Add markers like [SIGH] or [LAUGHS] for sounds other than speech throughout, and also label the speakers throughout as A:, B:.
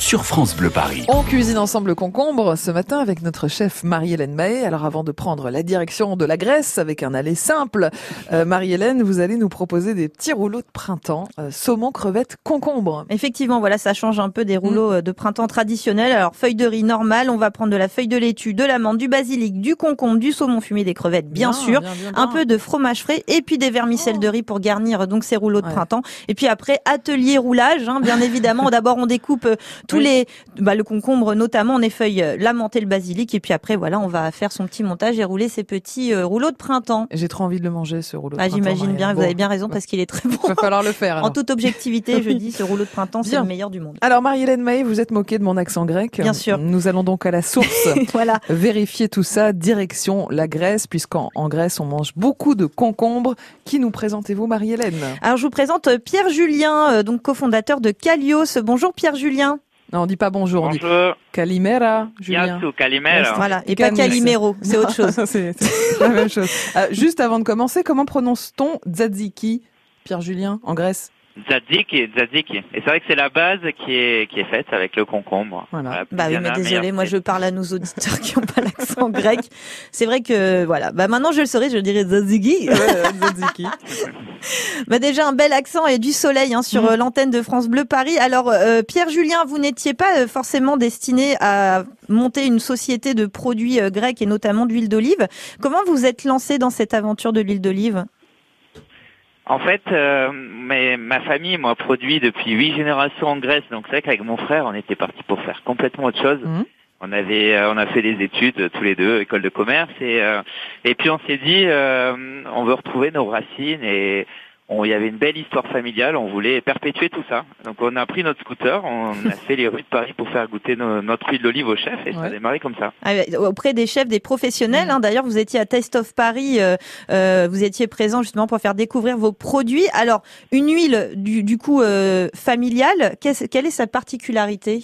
A: sur France Bleu Paris.
B: On cuisine ensemble le concombre ce matin avec notre chef Marie-Hélène Mahé. Alors avant de prendre la direction de la Grèce avec un aller simple, euh, Marie-Hélène, vous allez nous proposer des petits rouleaux de printemps, euh, saumon, crevette, concombre.
C: Effectivement, voilà, ça change un peu des
B: Mm.
C: rouleaux euh, de printemps traditionnels. Alors feuille de riz normale, on va prendre de la feuille de laitue, de l'amande, du basilic, du concombre, du saumon fumé, des crevettes, Ah, bien,
B: Bien,
C: sûr,
B: bien, bien,
C: un
B: bien.
C: peu de fromage frais et puis des vermicelles de riz pour garnir euh, donc ces rouleaux de
B: Oh. Ouais.
C: printemps. Et puis après, atelier roulage, hein,
B: [LAUGHS]
C: bien évidemment. D'abord, on découpe euh, tous
B: Oui.
C: les, bah, le concombre notamment, on effeuille euh, la menthe et le basilic et puis après, voilà, on va faire son petit montage et rouler ces petits euh, rouleaux de printemps.
B: J'ai trop envie de le manger ce rouleau de
C: Ah,
B: printemps.
C: J'imagine bien,
B: Marie-Hélène.
C: vous avez bien raison
B: Bon.
C: parce qu'il est très bon.
B: [LAUGHS] Il va falloir le faire.
C: En
B: alors.
C: toute
B: [LAUGHS]
C: objectivité, je dis, ce rouleau de printemps, c'est
B: Bien.
C: le meilleur du monde.
B: Alors Marie-Hélène Mahé, vous êtes moquée de mon accent grec.
C: Bien sûr.
B: Nous allons donc à la
C: [LAUGHS]
B: source.
C: Voilà.
B: Vérifier tout ça, direction la Grèce, puisqu'en en Grèce, on mange beaucoup de concombres. Qui nous présentez-vous, Marie-Hélène
C: Alors, je vous présente euh, Pierre Julien, euh, donc cofondateur de Calios. Bonjour Pierre Julien.
B: Non, on dit pas bonjour, on dit
D: Bonjour,
B: Kalimera, Julien.
D: Yassou Kalimera.
C: Voilà. Et pas
B: Camus.
C: Calimero, c'est autre chose.
B: [LAUGHS] c'est
C: [LAUGHS]
B: c'est la même chose. Euh, juste avant de commencer, comment prononce-t-on tzatziki, Pierre-Julien, en Grèce
D: Tzatziki, tzatziki. Et c'est vrai que c'est la base qui est, qui est faite avec le concombre.
B: Voilà.
D: Voilà,
C: Bah
D: il
C: oui,
D: y en
C: mais
D: a un
C: désolé,
D: meilleur
C: moi
D: que-
C: je parle à nos auditeurs qui n'ont pas l'accent grec. C'est vrai que voilà, bah maintenant je le saurais, je dirais
B: [LAUGHS]
C: Zazigi.
B: Euh, Tzatziki.
C: [LAUGHS] Bah déjà un bel accent et du soleil hein, sur
D: Mm.
B: Mhm.
C: euh, l'antenne de France Bleu Paris. Alors euh, Pierre Julien, vous n'étiez pas euh, forcément destiné à monter une société de produits euh, grecs et notamment d'huile d'olive. Comment vous êtes lancé dans cette aventure de l'huile d'olive
D: En fait, euh, mes- ma famille, moi, produit depuis huit générations en Grèce. Donc c'est vrai qu'avec mon frère, on était parti pour faire complètement autre chose.
B: Mhm.
D: On avait, euh, on a fait des études euh, tous les deux, école de commerce, et euh, et puis on s'est dit, euh, on veut retrouver nos racines et on, il y avait une belle histoire familiale. On voulait perpétuer tout ça. Donc on a pris notre scooter, on
B: [LAUGHS]
D: a fait les rues de Paris pour faire goûter nos- notre huile d'olive au chef, et ça
B: Ouais.
D: a démarré comme ça.
C: Ah, auprès des chefs, des
B: Mm.
C: professionnels. hein. D'ailleurs, vous étiez à Taste of Paris, euh, euh, vous étiez présent justement pour faire découvrir vos produits. Alors, une huile du, du coup euh, familiale, qu'est-ce- quelle est sa particularité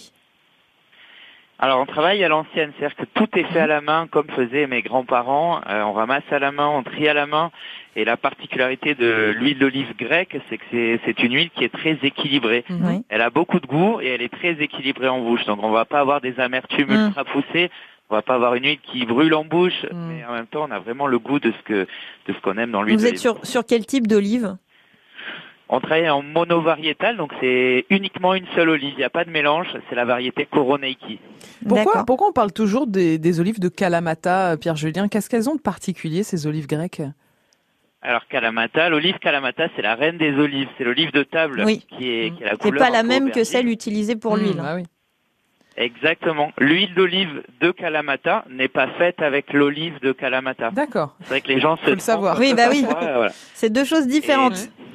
D: Alors on travaille à l'ancienne, c'est-à-dire que tout est fait à la main comme faisaient mes grands-parents. Euh, on ramasse à la main, on trie à la main. Et la particularité de l'huile d'olive grecque, c'est que c'est c'est une huile qui est très équilibrée.
B: Mhm.
C: Oui.
D: Elle a beaucoup de goût et elle est très équilibrée en bouche. Donc on va pas avoir des amertumes
C: Mm.
D: ultra poussées. On va pas avoir une huile qui brûle en bouche,
B: Mm.
D: mais en même temps on a vraiment le goût de ce que de ce qu'on aime dans l'huile
C: Vous êtes
D: d'olive.
C: sur, sur quel type d'olive
D: On travaille en monovariétal, donc c'est uniquement une seule olive. Il n'y a pas de mélange. C'est la variété Koroneiki.
B: Pourquoi,
C: D'accord.
B: pourquoi on parle toujours des, des olives de Kalamata, euh, Pierre-Julien Qu'est-ce qu'elles ont de particulier, ces olives grecques
D: Alors Kalamata, l'olive Kalamata, c'est la reine des olives, c'est l'olive de table
C: Oui.
D: qui est qui a la
C: C'est
D: couleur
C: pas la
D: un peu
C: même que
D: aubergine.
C: celle utilisée pour
B: Hmm,
C: l'huile.
B: ah oui.
D: Exactement. L'huile d'olive de Kalamata n'est pas faite avec l'olive de
B: Ah.
D: Kalamata.
B: D'accord.
D: C'est vrai que les gens se
B: Faut le
D: trompent.
B: savoir.
C: Oui, bah
D: [LAUGHS]
C: oui,
D: Voilà, voilà.
C: c'est deux choses différentes.
D: Et-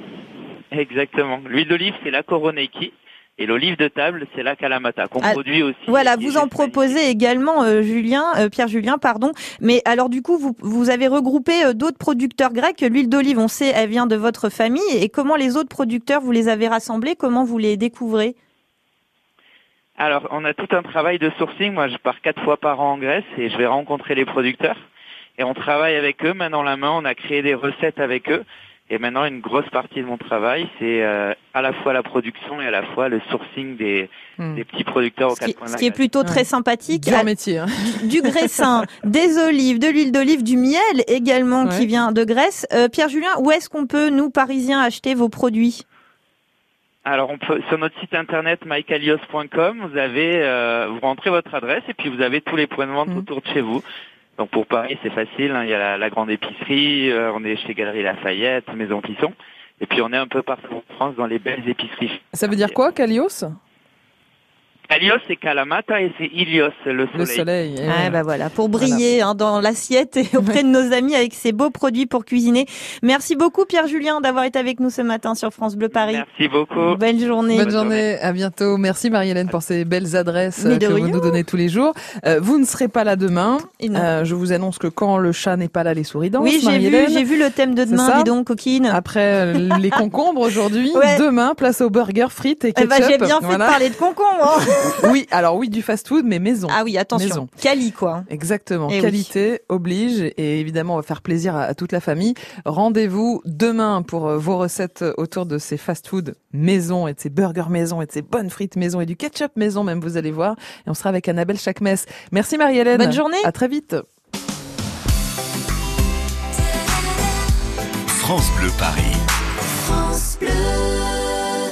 D: Exactement. L'huile d'olive, c'est la Koroneiki et l'olive de table, c'est la Kalamata qu'on
C: Ah,
D: produit aussi.
C: Voilà,
D: et qui
C: vous
D: est
C: en
D: juste magnifique.
C: proposez également, euh, Julien, euh, Pierre Julien, pardon. Mais alors du coup, vous, vous avez regroupé euh, d'autres producteurs grecs. L'huile d'olive, on sait, elle vient de votre famille. Et comment les autres producteurs, vous les avez rassemblés Comment vous les découvrez
D: Alors, on a tout un travail de sourcing. Moi, je pars quatre fois par an en Grèce et je vais rencontrer les producteurs. Et on travaille avec eux, main dans la main. On a créé des recettes avec eux. Et maintenant, une grosse partie de mon travail, c'est euh, à la fois la production et à la fois le sourcing des,
B: Hmm.
D: des petits producteurs aux
C: ce qui,
D: quatre coins de
C: ce
D: la
C: qui est
D: Grèce.
C: plutôt très
B: Ouais.
C: sympathique.
B: Dur
C: Ah,
B: métier. [LAUGHS] hein.
C: du
B: [LAUGHS]
C: graissin, des olives, de l'huile d'olive, du miel également
B: Ouais.
C: qui vient de Grèce. Euh, Pierre Julien, où est-ce qu'on peut, nous, Parisiens, acheter vos produits
D: Alors, on peut, sur notre site internet mycalios.com, vous avez, euh, vous rentrez votre adresse et puis vous avez tous les points de vente
B: Mhm.
D: autour de chez vous. Donc pour Paris, c'est facile. hein, il y a la, la grande épicerie, euh, on est chez Galerie Lafayette, Maison Pisson, et puis on est un peu partout en France dans les belles épiceries.
B: Ça veut dire quoi, Kalios
D: Calios, c'est Kalamata et c'est Ilios, le soleil.
B: Le soleil. eh
C: Ah,
B: oui.
C: bah voilà, pour briller hein, dans l'assiette et [LAUGHS] auprès de nos amis avec ces beaux produits pour cuisiner. Merci beaucoup, Pierre Julien, d'avoir été avec nous ce matin sur France Bleu Paris.
D: Merci beaucoup.
C: Belle journée.
B: Bonne
D: Bonne
B: journée, à bientôt. Merci Marie-Hélène pour ces belles adresses
C: Mais
B: euh,
C: de
B: que vous
C: rien.
B: nous donnez tous les jours. Euh, vous ne serez pas là demain.
C: Et non.
B: Euh, je vous annonce que quand le chat n'est pas là, les souris dansent.
C: oui, j'ai vu,
B: Marie-Hélène.
C: j'ai vu le thème de
B: C'est
C: demain,
B: ça
C: dis donc, coquine.
B: Après euh,
C: [LAUGHS]
B: les concombres aujourd'hui,
C: Ouais.
B: demain, place aux burgers, frites et
C: Eh
B: ketchup.
C: ben, j'ai bien fait
B: Voilà. [LAUGHS]
C: de parler de concombre. hein.
B: oui, alors oui, du fast-food, mais maison.
C: Ah oui, attention.
B: Maison.
C: Cali, quoi.
B: Exactement.
C: Eh oui.
B: Qualité oblige. Et évidemment, on va faire plaisir à, à toute la famille. Rendez-vous demain pour euh, vos recettes autour de ces fast-food maison et de ces burgers maison et de ces bonnes frites maison et du ketchup maison même, vous allez voir. Et on sera avec Annabelle chaque messe. Merci Marie-Hélène.
C: Bonne journée.
B: À très vite.
A: France Bleu Paris.
E: France Bleu.